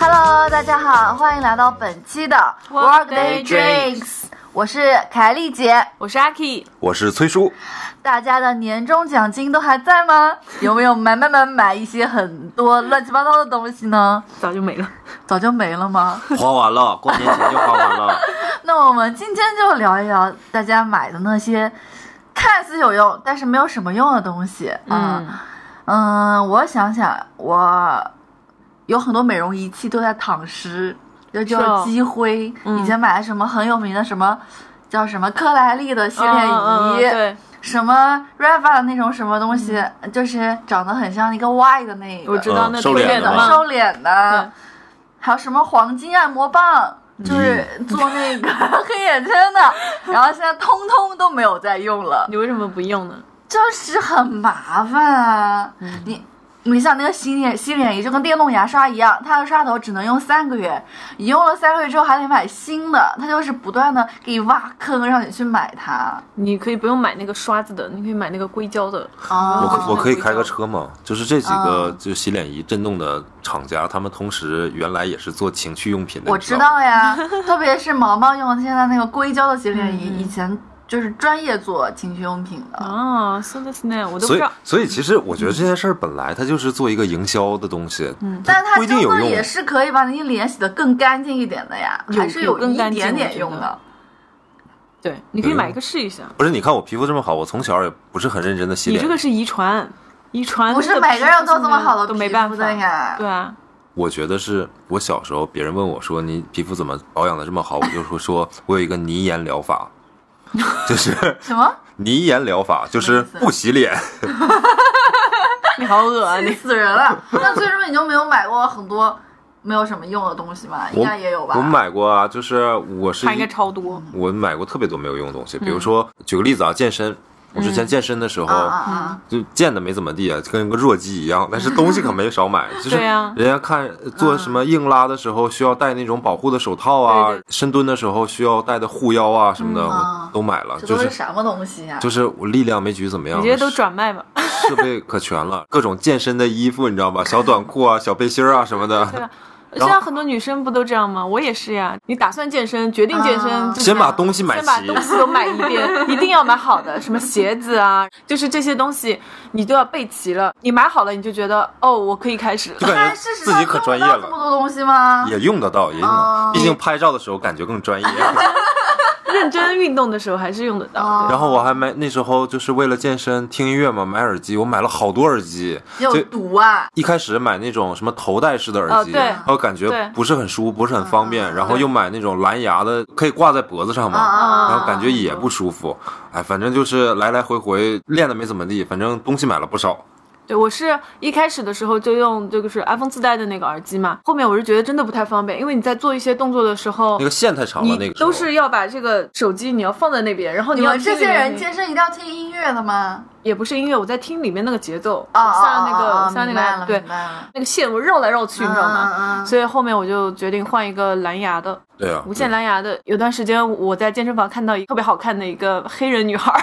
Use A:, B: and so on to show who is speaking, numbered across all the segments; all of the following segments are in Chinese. A: Hello，大家好，欢迎来到本期的
B: Workday
A: Drinks，我是凯丽姐。
B: 我是阿 K，
C: 我是崔叔，
A: 大家的年终奖金都还在吗？有没有买买买买一些很多乱七八糟的东西呢？
B: 早就没了。
A: 早就没了吗？
C: 花完了，过年前就花完了。
A: 那我们今天就聊一聊大家买的那些看似有用，但是没有什么用的东西。啊
B: 嗯，
A: 嗯，我想想，我有很多美容仪器都在躺尸，就就是
B: 哦
A: 积灰。
B: 嗯
A: 以前买的什么很有名的什么叫什么科莱丽的洗脸仪，
B: 嗯嗯嗯对，嗯
A: 什么 Reva 的那种什么东西，就是长得很像一个 Y 的那个，
B: 我知道
C: 嗯
B: 那
C: 收
B: 订
C: 敛
B: 阅
C: 了
B: 的
C: 吗
B: 嘛。
A: 收敛的，还有什么黄金按摩棒，就是
B: 嗯
A: 做那个 黑眼圈的，然后现在通通都没有在用了，
B: 你为什么不用呢？
A: 就是很麻烦啊！你你像那个洗脸洗脸仪，就跟电动牙刷一样，它的刷头只能用三个月，你用了三个月之后还得买新的，它就是不断的给你挖坑让你去买它。
B: 你可以不用买那个刷子的，你可以买那个硅胶的。
A: 哦
C: 我可我可以
B: 嗯
C: 开个车吗？就是这几个
A: 嗯
C: 就洗脸仪震动的厂家，他们同时原来也是做情趣用品的，
A: 我
C: 你知
A: 知
C: 道吗。
A: 道 呀，特别是毛毛用的现在那个硅胶的洗脸仪，
B: 嗯
A: 以前就是专业做情趣用品的。
B: 啊，そうですね，我都不知
C: 所以
B: 道。，
C: 所以其实我觉得这件事儿本来它就是做一个营销的东西，嗯
A: 但是它
C: 不一定
A: 真
C: 有
A: 的
B: 啊
C: 用
A: 也。是可以把你脸洗得更干净一点的呀，
B: 有
A: 还是
B: 有更
A: 一
B: 干净
A: 点
B: 我
A: 点
B: 觉
A: 用
B: 得
A: 的。
B: 对，你可以买一个试一下。
C: 不是，你看我皮肤这么好，我从小也不是很认真的洗
B: 你
C: 脸
B: 这。个是遗传，遗传
A: 不
B: 那
A: 是
B: 个
A: 每个人
B: 皮肤
A: 都这么好的
B: 都
A: 皮
B: 没办
A: 肤
B: 法
A: 的呀
B: 对啊，
C: 我觉得是我小时候别人问我说你皮肤怎么保养的这么好，我就会说我有一个泥岩疗法， 就是
A: 什么？
C: 泥岩疗法，就
A: 什
C: 是
A: 么意思
C: 不洗脸。
B: 你好恶啊
A: 气
B: 你。
A: 死人了！那所以说你就没有买过很多没有什么用的东西吧？应
C: 我
A: 该也有吧？
C: 我买过啊，就是我是
B: 他应
C: 一
B: 该超多。
C: 我买过特别多没有用的东西，比如说举个例子啊，健身，我之前健身的时
A: 嗯啊啊
B: 嗯
C: 候
A: 啊！
C: 就健的没怎么地啊，跟个弱鸡一样，但是东 西可没少买，就是
B: 对啊
C: 人家看呃做什
A: 啊
C: 么硬拉的时候需要戴那种保护的手套
B: 对
C: 啊
B: 对，
C: 深蹲的时候需要戴的护腰啊什么的，
A: 啊
C: 我都买了，
A: 这
C: 就
A: 都是
C: 是。
A: 什么东西呀？
C: 就是我力量没举怎么样，
B: 你这些都转卖吧。
C: 设备可全了，各种健身的衣服你知道吧？小短裤啊、小背心儿啊什么
B: 对
C: 的
B: 啊，现在很多女生不都这样吗？我也是呀。你打算健身，决定健身，
A: 啊
B: 就
C: 先把
B: 买
C: 东西买
B: 先把
C: 齐
B: 东。西都买一 遍，一定要买好的，什么鞋子啊，就是这些东西你都要备齐了。你买好了，你就觉得哦，我可以开始
C: 就
B: 了。
C: 感
A: 但
C: 觉
A: 事实
C: 自己
A: 上
C: 可
A: 用不
C: 专业
A: 到这
C: 了
A: 么。多东西吗？
C: 也用得到，也用得
A: 哦
C: 到，毕竟拍照的时候感觉 更专业。
B: 认真运动的时候还是用得到。
A: 哦
C: 然后我还买，那时候就是为了健身听音乐嘛，买耳机，我买了好多耳机。
A: 有
C: 就
A: 毒啊！
C: 一开始买那种什么头戴式的耳机，
B: 哦对
C: 然后感觉
B: 对嗯
C: 不是很舒服，不是很方便。然后又买那种蓝牙的，可以挂在脖子上
A: 啊
C: 嘛，
A: 啊啊！
C: 然后感觉也不舒服。哎，反正就是来来回回练的没怎么地，反正东西买了不少。
B: 对我是一开始的时候就用这个是 iPhone 自带的那个耳机嘛，后面我是觉得真的不太方便，因为你在做一些动作的时候
C: 那，个线太长了，那
B: 你
C: 个时候
B: 都是要把这个手机你要放在那边，然后
A: 你
B: 要
A: 们这
B: 听
A: 些
B: 里面
A: 人健身一定要听音乐的吗？
B: 也不是音乐，我在听里面那个节奏，
A: 哦哦
B: 像那
A: 哦
B: 个
A: 哦
B: 像那
A: 明白了
B: 个对
A: 明白了
B: 那个线我绕来绕去，你知道吗？
A: 嗯嗯嗯
B: 所以后面我就决定换一个蓝牙的。
C: 对啊，
B: 无
A: 嗯
B: 线蓝牙的，有段时间我在健身房看到一个特别好看的一个黑人女孩儿，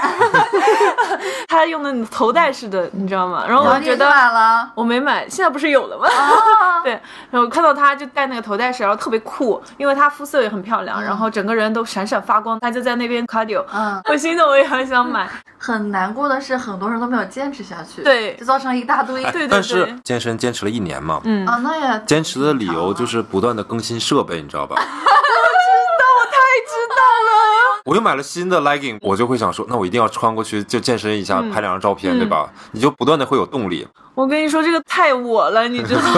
B: 她用的那种头戴式的，你知道吗？然后
A: 然后
B: 我就
A: 你
B: 觉
A: 也去
B: 得
A: 买了。
B: 我没买，现在不是有了吗？
A: 啊
B: 对，然后看到她就戴那个头戴式，然后特别酷，因为她肤色也很漂亮，然后整个人都闪闪发光，她就在那边 cardio，
A: 嗯，
B: 我心动，我也很 想买。
A: 很难过的是，很多人都没有坚持下去，
B: 对
A: 就造成一大堆。
C: 哎
B: 对对
C: 但
B: 对
C: 是健身坚持了一年嘛，
B: 嗯，
A: 啊，那也
C: 坚持的理由就是不断的更新设备，你知道吧？
B: 太知道了。
C: 我又买了新的 legging，我就会想说，那我一定要穿过去就健身一下，
A: 嗯
C: 拍两张照片，对吧？你就不断的会有动力。
B: 我跟你说，这个太我了，你知 道吗？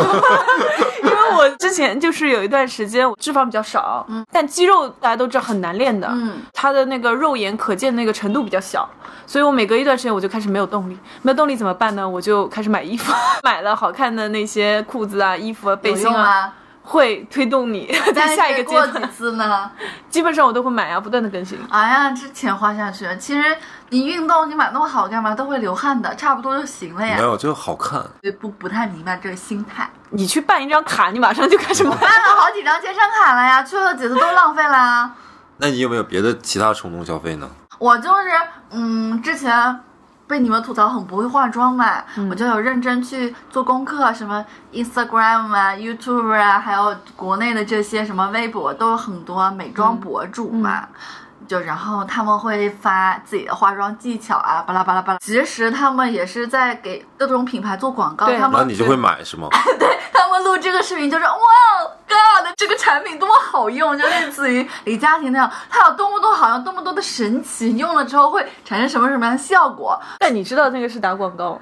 B: 因为我之前就是有一段时间我脂肪比较少，但肌肉大家都知道很难练的，
A: 嗯
B: 它的那个肉眼可见那个程度比较小，所以我每隔一段时间我就开始没有动力，没有动力怎么办呢？我就开始买衣服， 买了好看的那些裤子啊、衣服啊、背
A: 有
B: 心
A: 用
B: 啊，
A: 吗？
B: 会推 动你在下一个阶
A: 过几
B: 段，
A: 次呢？
B: 基本上我都会买啊，不断的更新。
A: 哎呀，这钱花下去，其实你运动你买那么好干嘛？都会流汗的，差不多就行了
C: 没
A: 呀。
C: 有，就好看。
A: 对，不不太明白这个心态。
B: 你去办一张卡，你马上就开始买。
A: 办了好几张健身卡了呀，去了啊几次都浪费啦。
C: 那你有没有别的其他冲动消费呢？
A: 我就是，嗯，之前被你们吐槽很不会化妆嘛，我就有认真去做功课，什么 Instagram 啊、YouTube 啊，还有国内的这些什么微博，都有很多美妆博主嘛。就然后他们会发自己的化妆技巧啊，巴拉巴拉巴拉。其实他们也是在给各种品牌做广告，
B: 对
A: 他
C: 然后
A: 们
C: 你就会买是吗？
A: 他们录这个视频就是哇，God，这个产品多么好用，就类似于李佳琦那样，它有多么多好用，多么多的神奇，用了之后会产生什么什么样的效果。
B: 但你知道那个是打广告，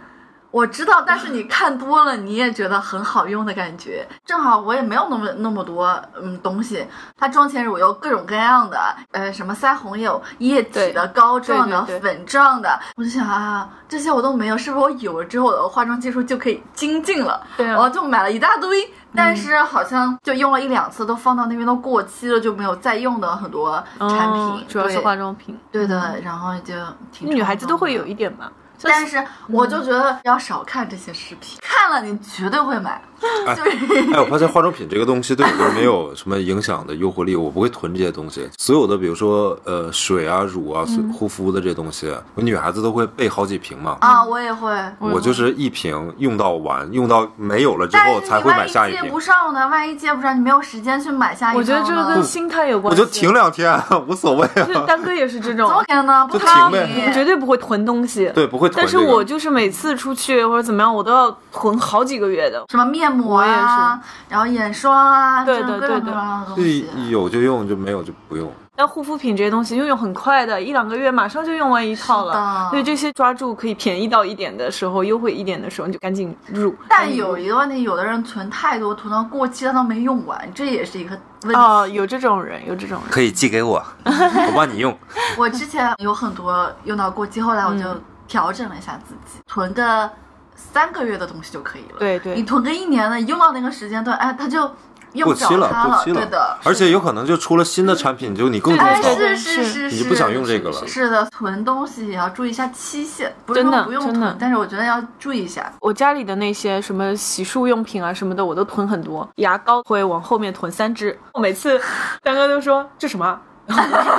A: 我知道，但是你看多了，你也觉得很好用的感觉。正好我也没有那么那么多嗯东西，它妆前乳油各种各样的，呃，什么腮红也有液体的、
B: 对
A: 膏状的、
B: 对对对
A: 粉状的。我就想啊，这些我都没有，是不是我有了之后，我的化妆技术就可以精进了？
B: 对啊
A: 我就买了一大堆，
B: 嗯
A: 但是好像就用了一两次，都放到那边都过期了，就没有再用的很多哦产品。
B: 嗯主要是
A: 对
B: 化妆品，
A: 对的，然后就挺
B: 女孩子
A: 冲动
B: 都
A: 的
B: 会有一嗯点吧。就
A: 但是我就觉得要少看这些视频，看了你绝对会买。就是
C: 哎，我发现化妆品这个东西对我就是没有什么影响的诱惑力，我不会囤这些东西。所有的，比如说呃水啊、乳啊、水护肤的这些东西，我女孩子都会备好几瓶嘛。
A: 嗯啊，我也会。
C: 我就是一瓶用到完，用到没有了之
A: 但
C: 后
A: 是你
C: 才会买
A: 万一
C: 下一
A: 接
C: 瓶
A: 不。上呢？万一接不上，你没有时间去买下一套
B: 我觉得这个
A: 呢
B: 跟心态有关
C: 我
B: 系。
C: 就停两天，无所谓啊。
B: 就丹哥也是这 种，
A: 昨天呢，不
C: 就
A: 挑
C: 停呗
A: 你
B: 我绝对不会囤东西。
C: 对，不会囤、
B: 但
C: 这
B: 是
C: 个。
B: 我就是每次出去或者怎么样，我都要囤好几个月的。
A: 什么面膜啊，然后眼霜啊，
B: 对
A: 这种
B: 对
A: 各种
B: 对
A: 各样的东西。
C: 就有就用，就没有就不用。
B: 但护肤品这些东西用用很快的，一两个月马上就用完一套
A: 是的
B: 了。所以这些抓住可以便宜到一点的时候，优惠一点的时候，你就赶紧入。
A: 但有一个问题，有的人存太多，囤到过期他都没用完，这也是一个问题。
B: 哦，有这种人，有这种人。
C: 可以寄给我，我帮你用。
A: 我之前有很多用到过期，后来我
B: 嗯
A: 就调整了一下自己，囤个三个月的东西就可以了。
B: 对对
A: 你囤个一年的，用到那个时间段，哎，它就 用不
C: 过期
A: 着它
C: 过期
A: 对的。
C: 而且有可能就出了新的产品，就你更吐
A: 哎，
B: 对
C: 槽
A: 是
B: 对。
A: 是
B: 是
A: 是，
C: 你就不想用这个了
A: 是是的，囤东西也要注意一下期限，不是
B: 真的
A: 说不用
B: 真的
A: 囤，但是我觉得要注意一下。
B: 我家里的那些什么洗漱用品啊什么的，我都囤很多。牙膏会往后面囤三支，我每次丹哥都说这什么啊？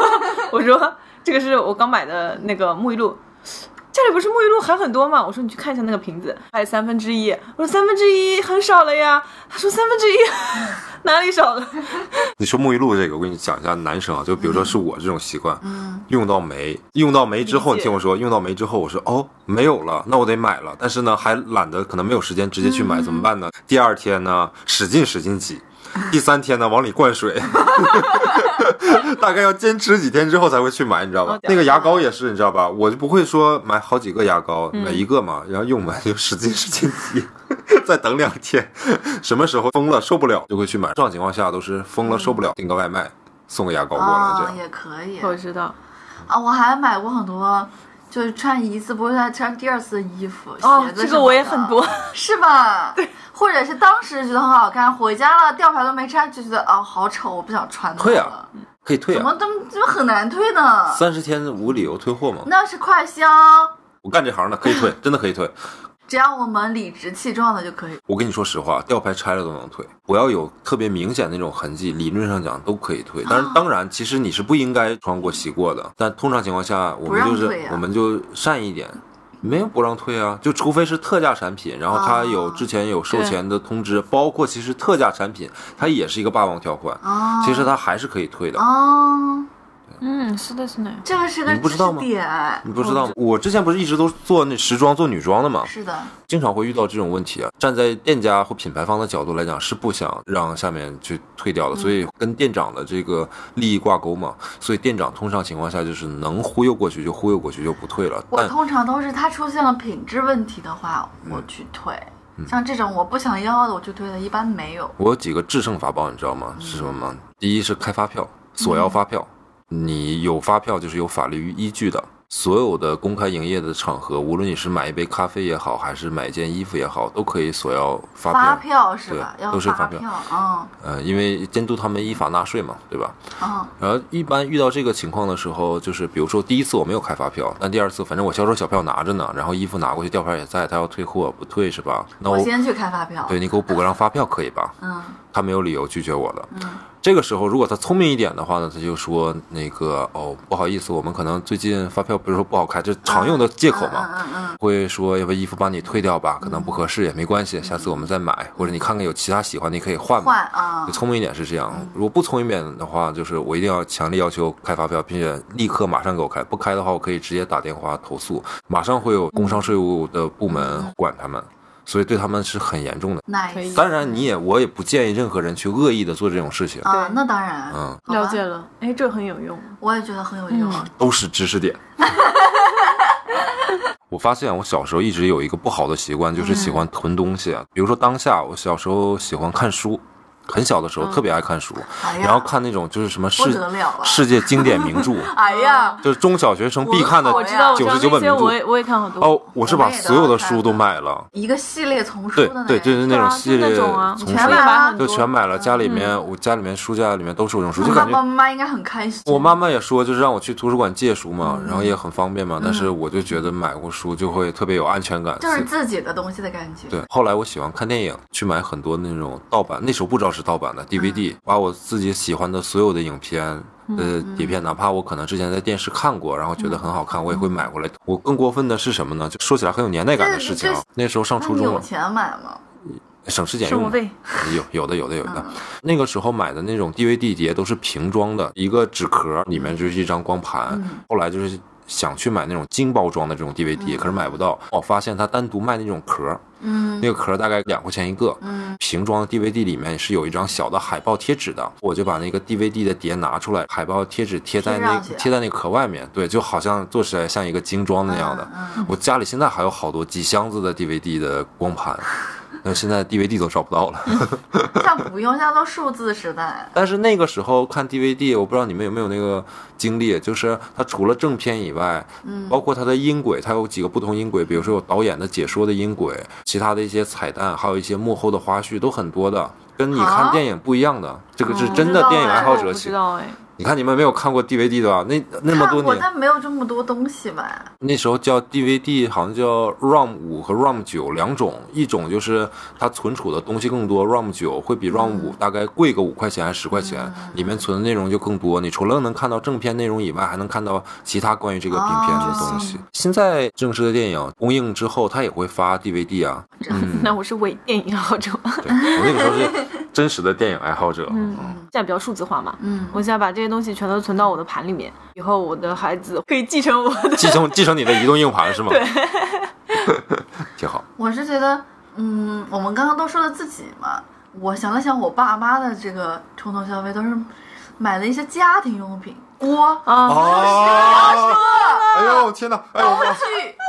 B: 我说这个是我刚买的那个沐浴露。家里不是沐浴露还很多吗？我说你去看一下那个瓶子，还有三分之一。我说三分之一很少了呀。他说三分之一 哪里少了？
C: 你说沐浴露这个，我跟你讲一下，男生啊，就比如说
B: 嗯
C: 是我这种习惯，用到没，用到没之后，
B: 理解
C: 你听我说，用到没之后，我说哦，没有了，那我得买了，但是呢，还懒得，可能没有时间直接去买，怎
B: 嗯
C: 么办呢？第二天呢，使劲使劲挤。第三天呢，往里灌水， 大概要坚持几天之后才会去买，你知道吧
B: 哦？
C: 那个牙膏也是，你知道吧？我就不会说买好几个牙膏，
B: 嗯
C: 买一个嘛，然后用完就使劲使劲挤， 再等两天，什么时候疯了受不了就会去买。这种情况下都是疯了受不了，订个外卖，送个牙膏过来这
A: 啊、
C: 样。
A: 也可以
B: 我知道，
A: 啊，我还买过很多，就是穿一次不会再穿第二次的衣服。
B: 哦
A: 鞋，子
B: 这
A: 什么
B: 个我也
A: 的啊
B: 很多。
A: 是 吧？对，或者是当时觉得很好看，回家了吊牌都没拆，就觉得啊、好丑，我不想穿它了。
C: 退啊可以退
A: 怎么
C: 啊，
A: 都就很难退呢？
C: 三十天无理由退货嘛。
A: 那是快销，
C: 我干这行的可以退，真的可以退。
A: 只要我们理直气壮的就可以。
C: 我跟你说实话，吊牌拆了都能退，不要有特别明显那种痕迹，理论上讲都可以退。但是当然，其实你是不应该穿过洗过的，但通常情况下，我们就是、
A: 不让退啊
C: 我们就善意一点。没有不让退啊，就除非是特价产品，然后它有
A: 啊
C: 之前有售前的通知，包括其实特价产品它也是一个霸王条款，
A: 哦，
C: 其实它还是可以退的。
A: 哦，
B: 嗯，是的，是的。
A: 这个是个
C: 你不
A: 知
C: 知
A: 识
C: 道吗
A: 点。
C: 你不知道吗？我之前不是一直都做那时装做女装的吗？
A: 是的，
C: 经常会遇到这种问题啊。站在店家或品牌方的角度来讲，是不想让下面去退掉
A: 嗯
C: 的，所以跟店长的这个利益挂钩嘛。所以店长通常情况下就是能忽悠过去就忽悠过去，就不退了。
A: 我
C: 但
A: 通常都是它出现了品质问题的话，我
C: 嗯
A: 去退。像这种我不想要的，我就退了，一般没有。
C: 我有几个制胜法宝，你知道吗？是什么吗？第一是开发票，索要发票，你有发票就是有法律依据的。所有的公开营业的场合，无论你是买一杯咖啡也好，还是买一件衣服也好，都可以索要发票。
A: 发票是吧？
C: 对
A: 要
C: 都是
A: 发
C: 发票
A: 嗯
C: 呃，因为监督他们依法纳税嘛，对吧？
A: 嗯
C: 然后一般遇到这个情况的时候，就是比如说第一次我没有开发票，但第二次反正我销售小票拿着呢，然后衣服拿过去，吊牌也在，他要退货不退是吧？那
A: 我
C: 我
A: 先去开发票。
C: 对你给我补个张发票可以吧？
A: 嗯，
C: 他没有理由拒绝我的。这个时候，如果他聪明一点的话呢，他就说那个哦，不好意思，我们可能最近发票不是说不好开，这是常用的借口嘛。
A: 嗯嗯
C: 会说要不衣服帮你退掉吧，可能不合适也没关系，下次我们再买，或者你看看有其他喜欢的你可以换
A: 嗯，
C: 嘛。
A: 换嗯啊
C: 就，聪明一点是这样，如果不聪明一点的话，就是我一定要强烈要求开发票，并且立刻马上给我开，不开的话我可以直接打电话投诉，马上会有工商税务的部门
A: 嗯
C: 管他们，所以对他们是很严重的。
B: 可以
A: nice
C: 当然，你也我也不建议任何人去恶意的做这种事情，
A: 啊，
B: 对
A: 那当然，
C: 嗯，
A: 好吧
B: 了解，了，哎，这很有用。
A: 我也觉得很有用，
B: 嗯
C: 都是 知识点。我发现我小时候一直有一个不好的习惯，就是喜欢囤东西。啊比如说当下，我小时候喜欢看书，很小的时候特别爱看书，
A: 嗯哎呀
C: 然后看那种就是什么世
A: 不得了了
C: 世界经 典名著，
A: 哎呀，
C: 就是中小学生必看的
A: 我
B: 我知道，我知道
C: 99
B: 那
C: 本
B: 些
C: 名著
B: 我也我也看好多。
C: 哦，我是把所有的书都买了，
A: 一个系列丛书
C: 对
A: 的那
C: 对，就是那
B: 对啊
C: 种系
B: 就
C: 列
B: 那种啊，
C: 丛
A: 全
C: 书
A: 买了
B: 买很
C: 就
B: 多嗯
C: 全买了。家里面我家里面书架里面都是我这种书，就
A: 妈
C: 感
A: 妈
C: 觉。
A: 妈应该很开心，
C: 我妈妈也说，就是让我去图书馆借书嘛，
A: 嗯
C: 然后也很方便嘛。但是我就觉得买过书就会特别有安全感，
A: 就是
C: 所以
A: 自己的东西的感觉，
C: 对，后来我喜欢看电影，去买很多那种盗版，那时候不知道是盗版
A: 嗯
C: 的 DVD，、把我自己喜欢的所有的影片。
A: 嗯
C: 呃，碟片哪怕我可能之前在电视看过，然后觉得很好看，我
A: 嗯
C: 也会买过来。我更过分的是什么呢？就说起来很有年代感的事情啊
A: 这这。
C: 那时候上
A: 那
C: 初
A: 你
C: 中
A: 有
C: 了，
A: 钱买吗？
C: 省吃俭
B: 生
C: 用
B: 活
C: 嘛。
B: 费， 嗯
C: 有有的有的有的，那个时候买的那种 DVD 碟都是瓶装的，一个纸壳
B: 嗯
C: 里面就是一张光盘。后来就是想去买那种精包装的这
B: 嗯
C: 种 DVD，、可是买不到。我发现它单独卖那种壳，
A: 嗯
C: 那个壳大概两块钱一个。
A: 嗯，
C: 瓶装 DVD 里面是有一张小的海报贴纸的，我就把那个 DVD 的碟拿出来，海报贴纸贴在
A: 贴
C: 那
A: 上去
C: 贴在那壳外面，对，就好像做起来像一个精装那样的。
A: 嗯
C: 我家里现在还有好多几箱子的 DVD 的光盘，那现在 DVD 都找不到了。
A: 现在不用，现在都数字时代，
C: 但是那个时候看 DVD，我不知道你们有没有那个经历，就是它除了正片以外，
A: 嗯
C: 包括它的音轨，它有几个不同音轨，比如说有导演的解说的音轨，其他的一些彩蛋，还有一些幕后的花絮，都很多的，跟你看
A: 啊
C: 电影不一样的。这个是
B: 哦
C: 真
A: 不知
C: 的
A: 道
C: 电影
A: 哎
C: 爱好
B: 我
C: 者
B: 不
C: 嗯喜
B: 知。道哎，
C: 你看你们没有看过 DVD 的吧？那那么
A: 看
C: 多
A: 过，
C: 年，
A: 但没有这么多东西吧？
C: 那时候叫 DVD，好像叫 ROM 五和 ROM 九两种，一种就是它存储的东西更多，ROM 九会比 ROM 五大概贵个五块钱还是十块钱，里面存的内容就更多。你除了能看到正片内容以外，还能看到其他关于哦这个影片的东西。现在正式的电影公映之后，它也会发 DVD 啊。嗯，
B: 那我是伪电影爱好 者，
C: 对我那个时候 是真实的电影爱好者。嗯，
B: 现在比较数字化嘛。
A: 嗯，
B: 我现在把这些东西全都存到我的盘里面，以后我的孩子可以继承我的。
C: 继承继承你的移动硬盘是吗？对， 挺好。
A: 我是觉得，嗯，我们刚刚都说了自己嘛，我想了想，我爸妈的这个冲动消费都是买了一些家庭用品，锅、
B: 啊，
C: 哦，哎呦天哪！哎呦，
A: 具、
C: 我什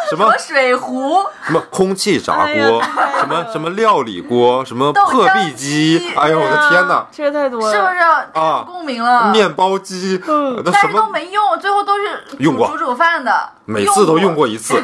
A: 什
C: 么
A: 么水壶，
C: 什么空气炸锅，
B: 哎呀
C: 什么什么料理锅，什么
A: 豆
C: 破
A: 浆
C: 壁机
A: 机，
C: 哎呦我的天哪，
B: 这个太多了，
A: 是不是
C: 啊
A: 共鸣了？
C: 面包机，
B: 嗯
C: 那什
A: 但是都
C: 么
A: 没用，最后都是煮
C: 用过
A: 煮煮饭的，
C: 每次都用
A: 过。
C: 过一次，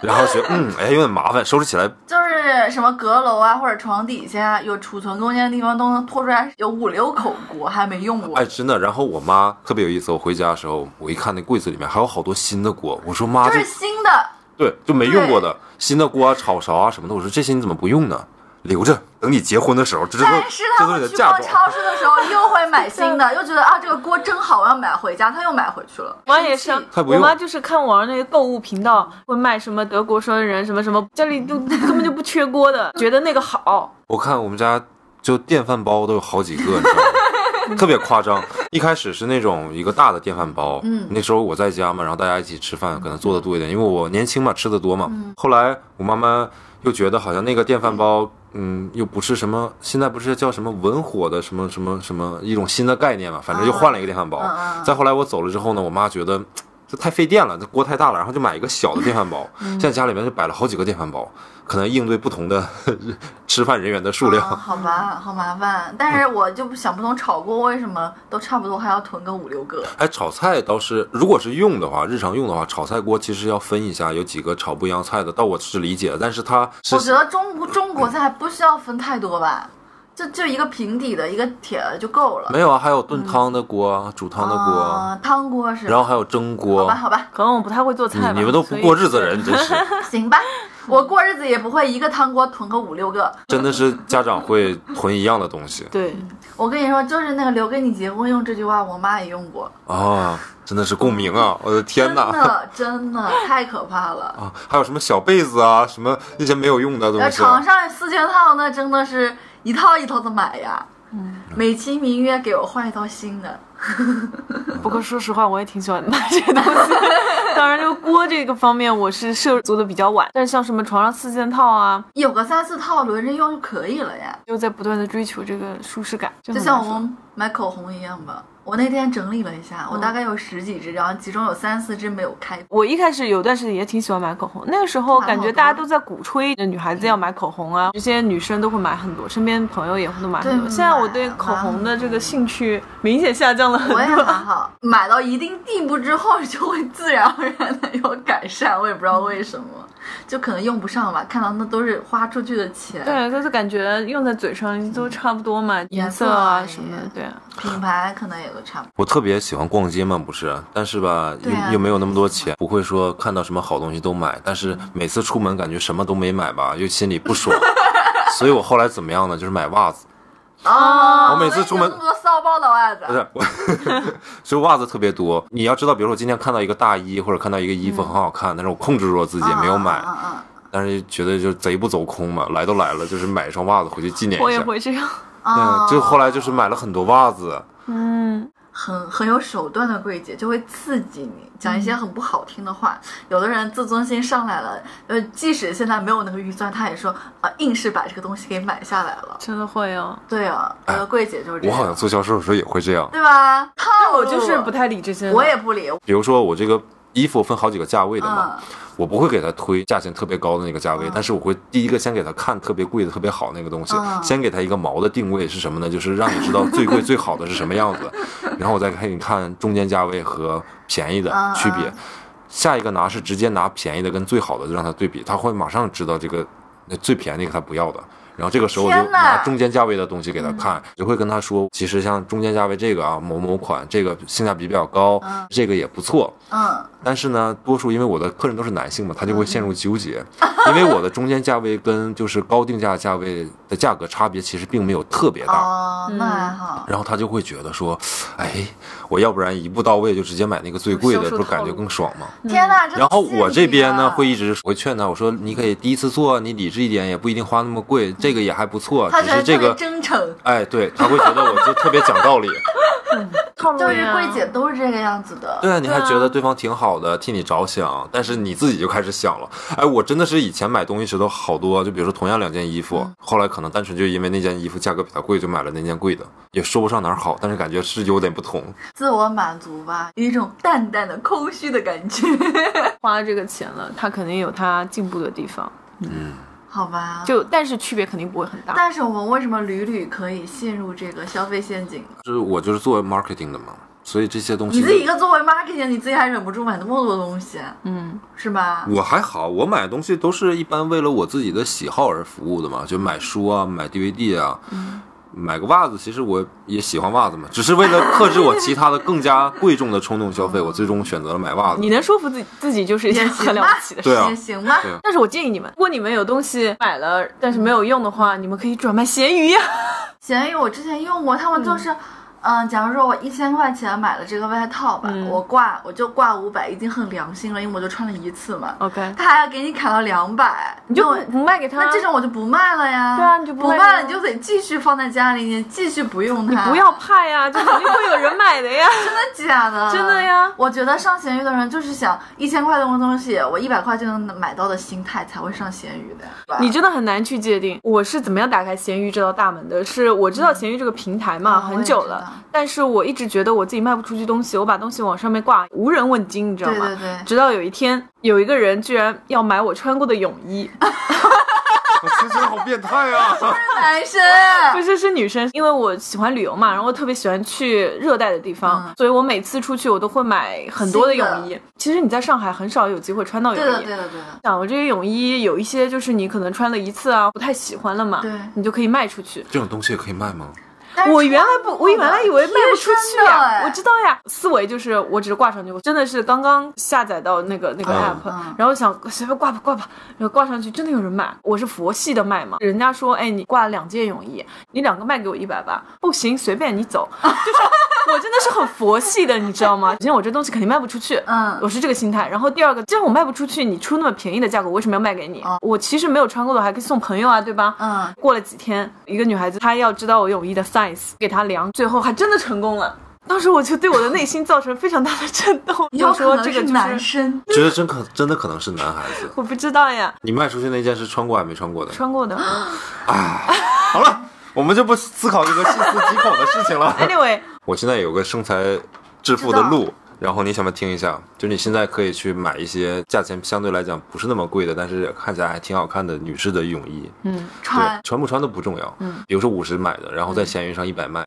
C: 然后觉得嗯哎有点麻烦，收拾起来
A: 就是什么阁楼啊，或者床底下有储存空间的地方，都能拖出来有五六口锅，还没用过。
C: 哎真的。然后我妈特别有意思，我回家的时候，我一看那柜子里面还有好多新的锅，我说妈
A: 就
C: 这
A: 是新的，
C: 对就没用过的新的锅啊、炒勺啊什么的，我说这些你怎么不用呢？留着，等你结婚的时候，这都
A: 但是
C: 这
A: 他
C: 都是你
A: 们
C: 的
A: 去
C: 嫁
A: 逛
C: 妆。
A: 超市的时候又会买新 的，又觉得啊这个锅真好，我要买回家，他又买回去了。
B: 我妈也是
A: 生气，
C: 他不
B: 我
C: 用
B: 妈就是看网上那个购物频道，会卖什么德国双人什么什么，家里就 根本就不缺锅的，觉得那个好。
C: 我看我们家就电饭煲都有好几个，你知道 吗？特别夸张。一开始是那种一个大的电饭煲，
A: 嗯
C: 那时候我在家嘛，然后大家一起吃饭，可能做的多一点，因为我年轻嘛，吃的多嘛。后来我慢慢又觉得好像那个电饭煲。嗯，又不是什么，现在不是叫什么文火的什么什么什么一种新的概念嘛，反正又换了一个电饭煲。
A: 嗯嗯嗯
C: 再后来我走了之后呢，我妈觉得嗯这太费电了，这锅太大了，然后就买一个小的电饭煲。现在家里面就摆了好几个电饭煲，可能应对不同的 吃饭人员的数量。
A: 啊好吧，好麻烦。但是我就不想不通炒锅为什么都差不多，还要囤个五六个。
C: 哎，炒菜倒是，如果是用的话，日常用的话，炒菜锅其实要分一下，有几个炒不一样菜的，倒我是理解的，但是它是
A: 我觉得中国中国菜不需要分太多吧，就就一个平底的一个铁的就够了。
C: 没有啊，还有炖汤的锅啊，煮汤的锅啊，
A: 啊，汤锅嗯是吧。
C: 然后还有蒸
A: 好
C: 锅
A: 吧，。好吧，
B: 可能我不太会做菜
C: 你
B: 吧，
C: 嗯你们都不
B: 所以
C: 过日子的人，真 是
A: 行吧，我过日子也不会一个汤锅囤个五六个。
C: 真的是家长会囤一样的东西
B: 对，
A: 我跟你说，就是那个留给你结婚用这句话，我妈也用过。
C: 啊，真的是共鸣啊！我的天
A: 真
C: 哪！
A: 的真的太可怕
B: 哦
A: 了。
C: 啊，还有什么小被子啊，什么那些没有用的东
A: 然后
C: 西，啊
A: 床上四件套那真的是一套一套的买呀，
B: 嗯
A: 美其名曰给我换一套新的。
B: 不过说实话，我也挺喜欢买这些东西。当然，这个锅这个方面，我是涉足的比较晚，但是像什么床上四件套啊，
A: 有个三四套轮着用就可以了呀，
B: 就在不断的追求这个舒适感，就
A: 就
B: 很
A: 像
B: 难
A: 我
B: 说
A: 们买口红一样吧。我那天整理了一
B: 嗯
A: 下，我大概有十几支，然后其中有三四支没有 开。
B: 我一开始有段时间也挺喜欢买口红，那个时候
A: 买好
B: 感觉
A: 多
B: 大家都在鼓吹女孩子要买口红啊，这些女生都会买很多，身边朋友也会都买很多。
A: 对
B: 现在我
A: 买
B: 对口
A: 买
B: 红的这个兴趣明显下降了很
A: 我也
B: 多。
A: 还好，买到一定地步之后就会自然而然的有改 善，我也不知道为什么，就可能用不上吧。看到那都是花出去的钱，
B: 对，就是感觉用在嘴上都差不多嘛，颜色
A: 嗯
B: 啊
A: 颜色啊
B: 什么
A: 也
B: 的，对啊。
A: 品牌可能也都差不多。
C: 我特别喜欢逛街嘛，不是？但是吧，又
A: 对啊
C: 又没有那么多钱，不会说看到什么好东西都买。但是每次出门感觉什么都没买吧，又心里不爽。所以我后来怎么样呢？就是买袜子，
A: 哦
C: 我每次出门
A: 那么多骚包的袜子啊
C: 不，是我， 所以袜子特别多。你要知道，比如说我今天看到一个大衣或者看到一个衣服很好看，但是我控制住了自己没有买，
A: 嗯嗯嗯
C: 但是觉得就贼不走空嘛，来都来了，就是买一双袜子回去纪念
B: 我
C: 一
B: 也
C: 下。
B: 会这样，
A: 嗯
C: 嗯，
A: 哦
C: 就后来就是买了很多袜子，
B: 嗯，
A: 很很有手段的柜姐就会刺激你，讲一
C: 嗯
A: 些很不好听的话。有的人自尊心上来了，呃，即使现在没有那个预算，他也说啊、硬是把这个东西给买下来了。
B: 真的会哦。
A: 对啊，我的柜姐就是这
C: 哎我
A: 样，
C: 好像做销售的时候也会这样。
A: 对吧？套
B: 但我
A: 路
B: 哦就是不，太理这些，
A: 我也不理，
C: 比如说我这个衣服分好几个价位的嘛，
A: 嗯，
C: 我不会给他推价钱特别高的那个价位，但是我会第一个先给他看特别贵的、特别好那个东西，
A: 嗯
C: 先给他一个毛的定位是什么呢？就是让你知道 最贵最好的是什么样子，然后我再给你看中间价位和便宜的
A: 嗯
C: 区别。
A: 嗯
C: 下一个拿是直接拿便宜的跟最好的让他对比，他会马上知道这个那最便宜那个他不要的。然后这个时候我就
A: 天哪嗯
C: 拿中间价位的东西给他看，就会跟他说，其实像中间价位这个啊，某某款这个性价比比较高，
A: 嗯
C: 这个也不错，
A: 嗯，
C: 但是呢，多数因为我的客人都是男性嘛，他就会陷入纠结，因为我的中间价位跟就是高定价价位的价格差别其实并没有特别大，
A: 哦，那还好，
C: 然后他就会觉得说，哎，我要不然一步到位就直接买那个最贵的，
B: 销售
C: 不是感觉
B: 套路
C: 更爽吗？
B: 嗯
A: 天哪！真的
C: 然后
A: 是
C: 我这边
A: 你
C: 呢，
A: 啊
C: 会一直我会劝他，我说你可以第一次做，你理智一点，也不一定花那么贵，这个也还不错，
A: 他
C: 只
A: 觉得
C: 是这
A: 特别
C: 个，
A: 真诚，
C: 哎，对他会觉得我就特别讲道理，
B: 套路
A: 就是
B: 呀
A: 柜姐都是这个样子的，
C: 对啊，你还
B: 对啊
C: 觉得对方挺好的，替你着想，但是你自己就开始想了。哎，我真的是以前买东西时候好多，就比如说同样两件衣服，
A: 嗯
C: 后来可能单纯就因为那件衣服价格比它贵，就买了那件贵的，也说不上哪儿好，但是感觉是有点不同。
A: 自我满足吧，有一种淡淡的空虚的感觉，
B: 花这个钱了，他肯定有他进步的地方，
A: 好吧？
B: 就但是区别肯定不会很大。
A: 啊但是我们为什么屡屡可以陷入这个消费陷阱？
C: 就是我就是做 marketing 的嘛，所以这些东
A: 你
C: 西
A: 自己一个作为 marketing，你自己还忍不住买那么多东西，啊
B: 嗯，
A: 是吧？
C: 我还好，我买东西都是一般为了我自己的喜好而服务的嘛，就买书啊，买 DVD 啊。
A: 嗯
C: 买个袜子，其实我也喜欢袜子嘛，只是为了克制我其他的更加贵重的冲动消费，我最终选择了买袜子。
B: 你能说服自己自己就是一件
A: 也
B: 很
A: 行
B: 了
A: 吧
B: 不起的，事。
C: 对啊
A: 也行吧。
C: 对啊
B: 但是我建议你们，如果你们有东西买了但是没有用的话，你们可以转卖 闲鱼呀、
A: 闲鱼我之前用过，他们就是，嗯、假如说我一千块钱买了这个外套吧，
B: 嗯
A: 我挂我就挂五百，已经很良心了，因为我就穿了一次嘛。
B: OK，
A: 他还要给你砍到两百，
B: 你就
A: 那我
B: 不不卖给他，
A: 那这种我就不卖了呀。
B: 啊对啊你就不
A: 不
B: 卖了
A: 卖了，你就得继续放在家里，你继续不用它。
B: 不要怕呀，就肯定会有人买的呀。
A: 真的假的？
B: 真的呀
A: 我觉得上闲鱼的人就是想一千块的东西，我一百块就能买到的心态才会上闲鱼的。是吧
B: 你真的很难去界定我是怎么样打开闲鱼这道大门的。是我知道闲鱼这个平台嘛，
A: 啊嗯我也
B: 很久
A: 知
B: 了
A: 道，
B: 但是我一直觉得我自己卖不出去东西，我把东西往上面挂，无人问津，你知道吗？
A: 对对对
B: 直到有一天，有一个人居然要买我穿过的泳衣，
C: 我青春好变态啊！
A: 男生，
B: 不是是女生，因为我喜欢旅游
A: 嗯
B: 嘛，然后我特别喜欢去热带的地方，所以我每次出去我都会买很多的泳衣。其实你在上海很少有机会穿到泳
A: 对的，
B: 衣。
A: 对的，对的，
B: 像我这些泳衣有一些就是你可能穿了一次啊，不太喜欢了嘛，
A: 对
B: 你就可以卖出去。
C: 这种东西也可以卖吗？
A: 但是
B: 我原来不，
A: 穿
B: 我原来以为卖不出去
A: 贴身的
B: 呀、
A: 哎
B: 我知道呀。思维就是我只是挂上去，我真的是刚刚下载到那个那个
C: 嗯
B: app，、
A: 嗯
B: 然后想随便挂吧挂吧，然后挂上去真的有人买。我是佛系的卖嘛，人家说哎你挂了两件泳衣，你两个卖给我一百八，不行随便你走， 就是我真的是很佛系的，你知道吗？首先我这东西肯定卖不出去，
A: 嗯
B: 我是这个心态。然后第二个，既然我卖不出去，你出那么便宜的价格，我为什么要卖给你？
A: 嗯
B: 我其实没有穿过的还可以送朋友啊，对吧？
A: 嗯
B: 过了几天，一个女孩子她要知道我泳衣的 size，给她量，最后还真的成功了。当时我就对我的内心造成非常大的震动，
A: 有
B: 就
A: 可
B: 说
A: 能
B: 这
A: 是
B: 个
A: 男
B: 就是
A: 生，
C: 觉得真可真的可能是男孩子。
B: 我不知道呀，
C: 你卖出去那件是穿过还没穿过的？
B: 穿过的。
C: 好了，我们就不思考这个细思极恐的事情 了。
B: Anyway，
C: 我现在有个生财致富的路，然后你想不想听一下？就你现在可以去买一些价钱相对来讲不是那么贵的，但是看起来还挺好看的女士的泳衣。
B: 嗯，
A: 穿
C: 对，穿不穿都不重要。嗯，比如说五十买的，然后在闲鱼上一百卖，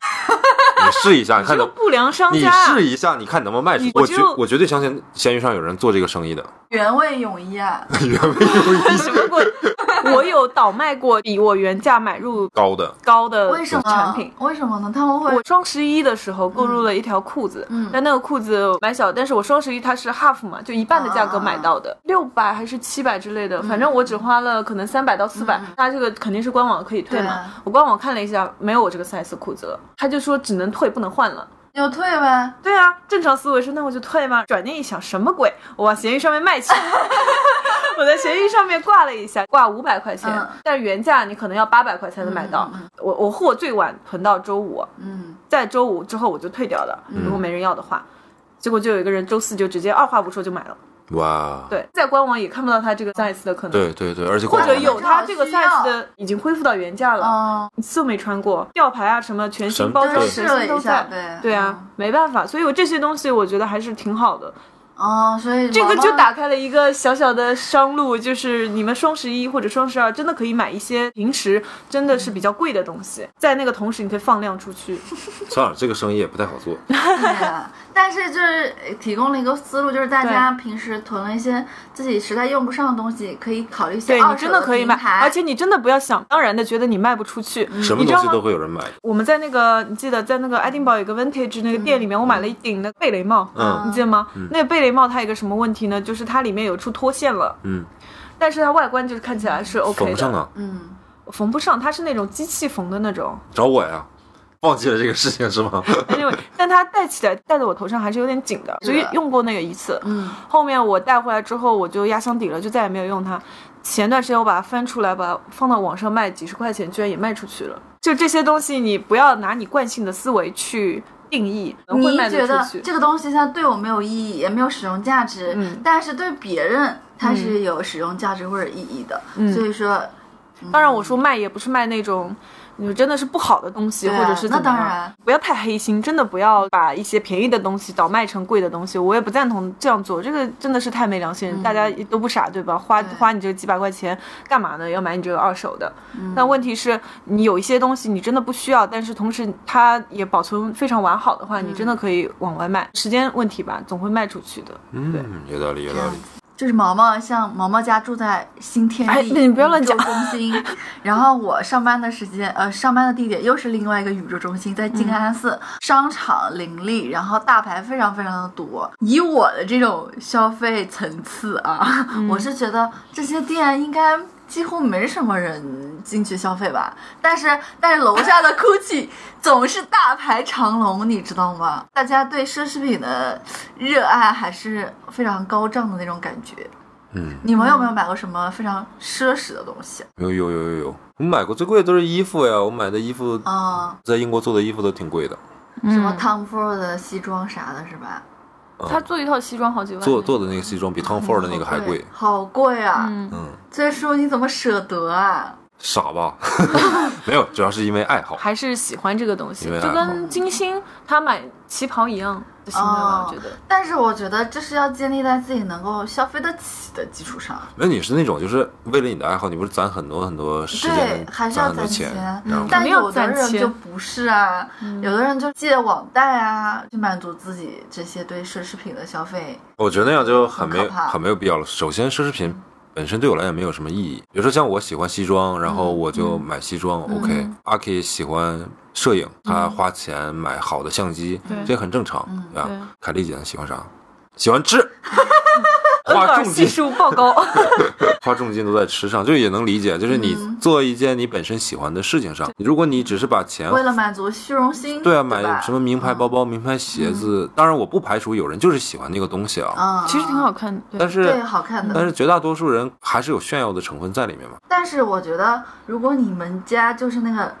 C: 你试一下，你
B: 这
C: 看
B: 个
C: 能。
B: 不良商
C: 你
B: 家啊，
C: 试一下，你看能不能卖出
B: 你
C: 去？我
B: 我
C: 绝
B: 就
C: 我绝对相信闲鱼上有人做这个生意的。
A: 原味泳衣啊，
C: 原味泳衣
B: 什么鬼？我有倒卖过比我原价买入
C: 高的，
B: 高的
A: 为什么？
B: 产品。
A: 为什么呢？他们会
B: 我双十一的时候购入了一条裤子，
A: 嗯
B: 但那个裤子买小，但是我双十一它是 half 嘛，就一半的价格买到
A: 啊
B: 的，六百、还是七百之类的，反
A: 嗯
B: 正我只花了可能三百到四百、那这个肯定是官网可以退
A: 对
B: 嘛
A: 啊。
B: 我官网看了一下，没有我这个 size 裤子了，他就说只能退不能换了。
A: 有退呗，
B: 对啊，正常思维说那我就退嘛。转念一想，什么鬼？我往闲鱼上面卖去。 我在闲鱼上面挂了一下，挂五百块钱，
A: 嗯
B: 但原价你可能要八百块才能买到。
A: 嗯
B: 我我货最晚囤到周五，
A: 嗯，
B: 在周五之后我就退掉了，如果没人要的话。结果就有一个人周四就直接二话不说就买了，
C: 哇，
B: 对，在官网也看不到他这个 size 的可能，
C: 对对对，而且
B: 或
C: 官
B: 者
C: 网
B: 有他这个
A: 需要
B: size 的已经恢复到原价了，
A: 哦，
B: 你都没穿过，吊牌啊什么全
C: 什
B: 新
C: 么
B: 包
A: 就
B: 装
A: 是试
C: 对
B: 全
A: 了
B: 新
A: 一
B: 都
A: 下，
B: 在，
A: 对，
B: 对啊，没办法，所以我这些东西我觉得还是挺好的，
A: 嗯，哦，所以
B: 这个
A: 毛
B: 就
A: 毛
B: 打开了一个小小的商路，就是你们双十一或者双十二真的可以买一些平时真的是比较贵的东西，在那个同时你可以放量出去，
C: 算了，这个生意也不太好做。
A: 对啊 但是就是呃提供了一个思路，就是大家平时囤了一些自己实在用不上的东西，可以考虑一些
B: 对
A: 二
B: 你
A: 手
B: 真的可以买
A: 平，台嗯
B: 而且你真的不要想当然的觉得你卖不出去。
C: 什么
B: 你知
C: 东
B: 道
C: 西都
B: 吗？
C: 会有人买的。
B: 我们在那个，你记得在那个爱丁堡有个 Vintage 那个店里面，我买了
A: 嗯
B: 一顶那个贝雷帽，
C: 嗯
B: 你记得吗？那个贝雷帽它有一个什么问题呢？就是它里面有处脱线了，
C: 嗯，
B: 但是它外观就是看起来是 OK 的，
C: 缝上啊，
A: 嗯，
B: 缝不上，它是那种机器缝的那种。
C: 找我呀！忘记了这个事情是吗？
B: anyway，但它戴起来戴在我头上还是有点紧的，所以用过那个一次。
A: 嗯，
B: 后面我带回来之后，我就压箱底了，就再也没有用它。前段时间我把它翻出来，把它放到网上卖，几十块钱居然也卖出去了。就这些东西，你不要拿你惯性的思维去定义，可能会
A: 你
B: 卖
A: 觉
B: 得
A: 得
B: 出去。
A: 这个东西它对我没有意义，也没有使用价值，
B: 嗯
A: 但是对别人它是有使用价值或者意义的，
B: 嗯
A: 所以说
B: 当然，我说卖也不是卖那种。你真的是不好的东西，
A: 对啊
B: 或者是怎么样？
A: 那当然
B: 不要太黑心，真的不要把一些便宜的东西倒卖成贵的东西。我也不赞同这样做，这个真的是太没良心，大家都不嗯傻，对吧？花
A: 对
B: 花你这几百块钱干嘛呢？要买你这个二手的？但问题是，你有一些东西你真的不需要，但是同时它也保存非常完好的话，你真的可以往外卖。时间问题吧，总会卖出去的。
C: 嗯，有道理，有道理。
B: 啊
A: 就是毛毛，像毛毛家住在新天地，
B: 哎那你不要乱讲
A: 宇宙中 心。然后我上班的时间，呃，上班的地点又是另外一个宇宙中心，在静安寺，
B: 嗯
A: 商场林立，然后大牌非常非常的多。以我的这种消费层次啊，
B: 嗯
A: 我是觉得这些店应该。几乎没什么人进去消费吧，但是但是楼下的 GUCCI 总是大排长龙，你知道吗？大家对奢侈品的热爱还是非常高涨的那种感觉。
C: 嗯，
A: 你们有没有买过什么非常奢侈的东西？
C: 有有有有有，我买过最贵的都是衣服呀，我买的衣服
A: 啊、
C: 在英国做的衣服都挺贵的，
B: 嗯
A: 嗯什么 Tom Ford 的西装啥的，是吧？
B: 他做一套西装好几万呢，
C: 嗯做做的那个西装比 Tom Ford 的那个还贵。
A: 好贵啊！
B: 嗯
C: 嗯，
A: 所以说你怎么舍得啊？
C: 傻吧？ 没有，主要是因为爱好。
B: 还是喜欢这个东西，
C: 因为啊
B: 就
C: 爱好
B: 跟金星他买旗袍一样的心态吧，
A: 哦
B: 我觉得。
A: 但是我觉得这是要建立在自己能够消费得起的基础上。
C: 那你是那种就是为了你的爱好，你不是攒很多很多时
A: 对
C: 间，，
A: 还是
C: 攒
A: 要
C: 很多
A: 攒
C: 钱，然后
A: 但
B: 肯定要
A: 有的
B: 攒
A: 人
B: 钱嗯
A: 就不是啊，有的人就借网贷啊，去满足自己这些对奢侈品的消费。
C: 我觉得那样就很没有
A: 嗯很可怕
C: 很没有必要了。首先，奢侈品本身对我来讲没有什么意义。比如说，像我喜欢西装，然
A: 嗯
C: 后我就买西装、o k 阿 K 喜欢摄影，
A: 嗯
C: 他花钱买好的相机，
B: 对
C: 这很正常，对吧
B: 对？
C: 凯丽姐喜欢啥？喜欢 吃，
B: 恩格
C: 花
B: 尔
C: 重
B: 系
C: 金
B: 数爆高，
C: 花重金都在吃上，就也能理解。就是你
A: 嗯
C: 做一件你本身喜欢的事情上，如果你只是把钱
A: 为了满足虚荣心，
C: 对啊，
A: 吧嗯
C: 买什么名牌包包、名牌鞋子，当然我不排除有人就是喜欢那个东西啊，
A: 啊，
B: 其实挺好看的。对
C: 但是嗯
A: 对，好看的。
C: 但是绝大多数人还是有炫耀的成分在里面嘛。
A: 但是我觉得，如果你们家就是那个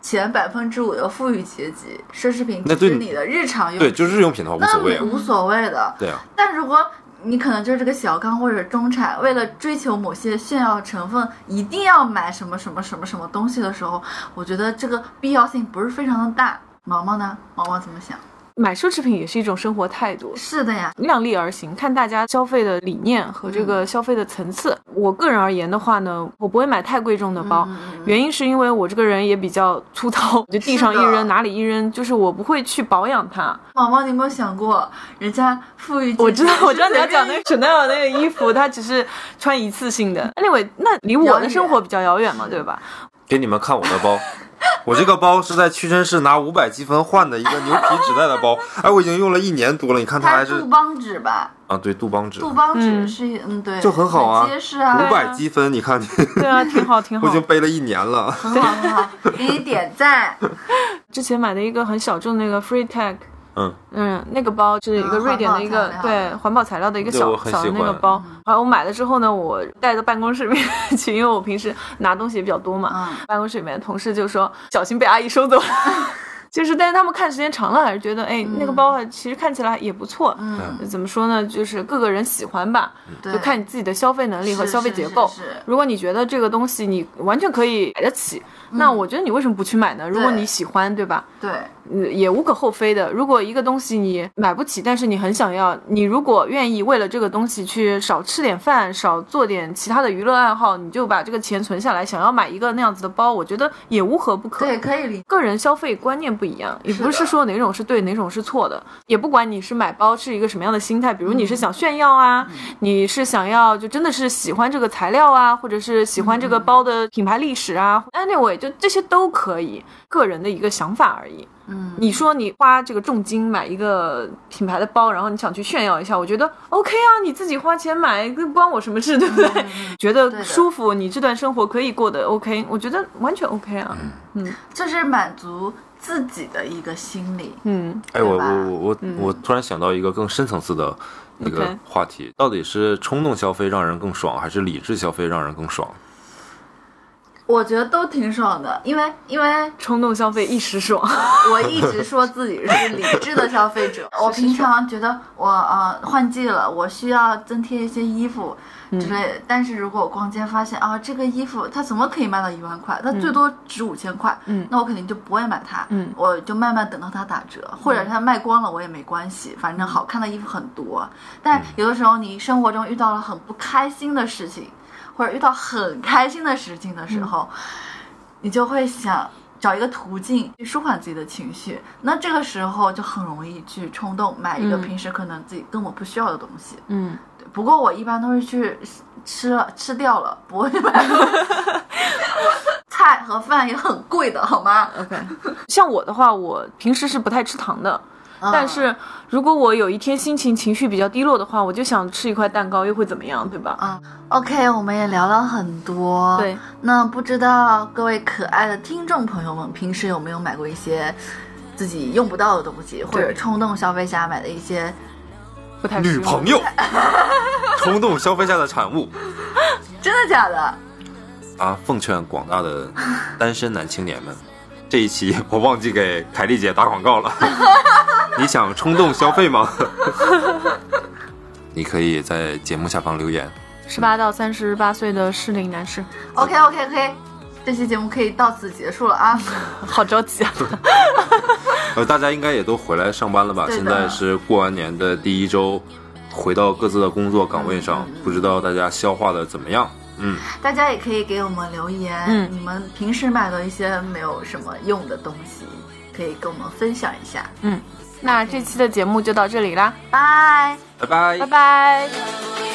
A: 前百分之五的富裕阶级，奢侈品
C: 那
A: 只是
C: 对
A: 你的日常用，
C: 对，就是日用品的话无
A: 那
C: 所谓啊。
A: 无所谓的。
C: 对啊，
A: 但如果你可能就是这个小康或者中产，为了追求某些炫耀成分，一定要买什么什么什么什么东西的时候，我觉得这个必要性不是非常的大。毛毛呢？毛毛怎么想？
B: 买奢侈品也是一种生活态度。
A: 是的呀，
B: 量力而行，看大家消费的理念和这
A: 嗯
B: 个消费的层次。我个人而言的话呢，我不会买太贵重的包，
A: 嗯
B: 原因是因为我这个人也比较粗糙，就地上一
A: 是的
B: 扔哪里一扔，就是我不会去保养它。
A: 毛毛，你有没有想过，人家富裕阶级
B: 我知道，我知道你要讲
A: 是
B: 那个 Chanel 那个衣服，它只是穿一次性的。Anyway，那
A: 嗯
B: 离我的生活比较遥远嘛，对吧？
C: 给你们看我的包， 我这个包是在屈臣氏拿五百积分换的一个牛皮纸袋的包，哎，我已经用了一年多了，你看它
A: 随
C: 还
A: 便，它
C: 是
A: 杜邦纸吧？
C: 啊，对，杜邦纸，
A: 杜邦纸
B: 嗯
A: 是一嗯对，
C: 就很好啊
A: 结实啊，
C: 五百积分，你看，
B: 对啊，挺好，挺好
C: 我已。经背了一年了。
A: 很好很好，给你点 赞。
B: 之前买的一个很小众的那个 Free Tag。
C: 嗯，
B: 嗯，那个包就是一个瑞典的一个、
A: 啊环保材料嗯
B: 对环保材料的一个
C: 对
B: 小
C: 我很
B: 小的
C: 喜
B: 那个
C: 欢
B: 包，然后我买了之后呢，我带到办公室里面去， 因为我平时拿东西也比较多嘛，
A: 嗯
B: 办公室里面的同事就说小心被阿姨收走。 就是，但是他们看时间长了，还是觉得，哎，那个包啊其实看起来也不错。
A: 嗯，
B: 怎么说呢？就是各个人喜欢吧，
A: 对，
B: 就看你自己的消费能力和
A: 是
B: 消费
A: 是
B: 结
A: 是
B: 构。
A: 是
B: 如果你觉得这个东西你完全可以买得起，那我觉得你为什么不去买呢？如果
A: 对
B: 你喜欢，对吧？
A: 对，
B: 嗯，也无可厚非的。如果一个东西你买不起，但是你很想要，你如果愿意为了这个东西去少吃点饭，少做点其他的娱乐爱好，你就把这个钱存下来，想要买一个那样子的包，我觉得也无可不可。
A: 对，可以理
B: 个人消费观念不一样，也
A: 是
B: 不
A: 的
B: 是说哪种是对，哪种是错的，也不管你是买包是一个什么样的心态，比如
A: 嗯
B: 你是想炫耀啊，你是想要就真的是喜欢这个材料啊，或者是喜欢
A: 嗯
B: 这个包的品牌历史啊，anyway，就这些都可以，个人的一个想法而已。
A: 嗯，
B: 你说你花这个重金买一个品牌的包，然后你想去炫耀一下，我觉得 OK 啊，你自己花钱买，这关我什么事，对不对？觉
A: 嗯对
B: 得
A: 的
B: 舒服，你这段生活可以过得 OK，我觉得完全 OK 啊，
A: 嗯这是满足自己的一个心理。
B: 嗯
C: 哎，我
A: 对吧嗯
C: 我我我、我突然想到一个更深层次的一个
B: OK
C: 话题，到底是冲动消费让人更爽，还是理智消费让人更爽？
A: 我觉得都挺爽的，因为因为
B: 冲动消费一时爽，
A: 我一直说自己是理智的消费者，我平常觉得我呃换季了，我需要增贴一些衣服之类的，但是如果我逛街发现啊这个衣服它怎么可以卖到一万块，它最多值五千块，
B: 嗯
A: 那我肯定就不会买它，
B: 嗯
A: 我就慢慢等到它打折，或者是它卖光了我也没关系，反正好看的衣服很多，但有的时候你生活中遇到了很不开心的事情，或者遇到很开心的事情的
B: 嗯
A: 时候，你就会想找一个途径去舒缓自己的情绪。那这个时候就很容易去冲动买一个
B: 嗯
A: 平时可能自己根本不需要的东西。
B: 嗯，
A: 对不过我一般都是去吃了吃掉了，不会买。 菜和饭也很贵的，好吗？
B: OK，像我的话，我平时是不太吃糖的。
A: 嗯
B: 但是如果我有一天心情情绪比较低落的话，我就想吃一块蛋糕，又会怎么样，对吧？
A: 嗯，OK，我们也聊了很多。
B: 对，
A: 那不知道各位可爱的听众朋友们，平时有没有买过一些自己用不到的东西，或者冲动消费下买的一些？
B: 不太
C: 女
B: 实用
C: 朋 友，冲动消费下的产物
A: 真的假的？
C: 啊！奉劝广大的单身男青年们，这一期我忘记给凯丽姐打广告了。 你想冲动消费吗？ 你可以在节目下方留言。
B: 十八到三十八岁的适龄男士，
A: OK OK OK，这期节目可以到此结束了啊！
B: 好着急 啊！
C: 呃，大家应该也都回来上班了吧？
A: 对的
C: 现在是过完年的第一周，回到各自的工作岗位上，不知道大家消化的怎么样？嗯，
A: 大家也可以给我们留言，
B: 嗯
A: 你们平时买的一些没有什么用的东西，可以跟我们分享一下。
B: 那这期的节目就到这里啦，
A: 拜。
C: 拜拜
B: 拜拜。
D: Thank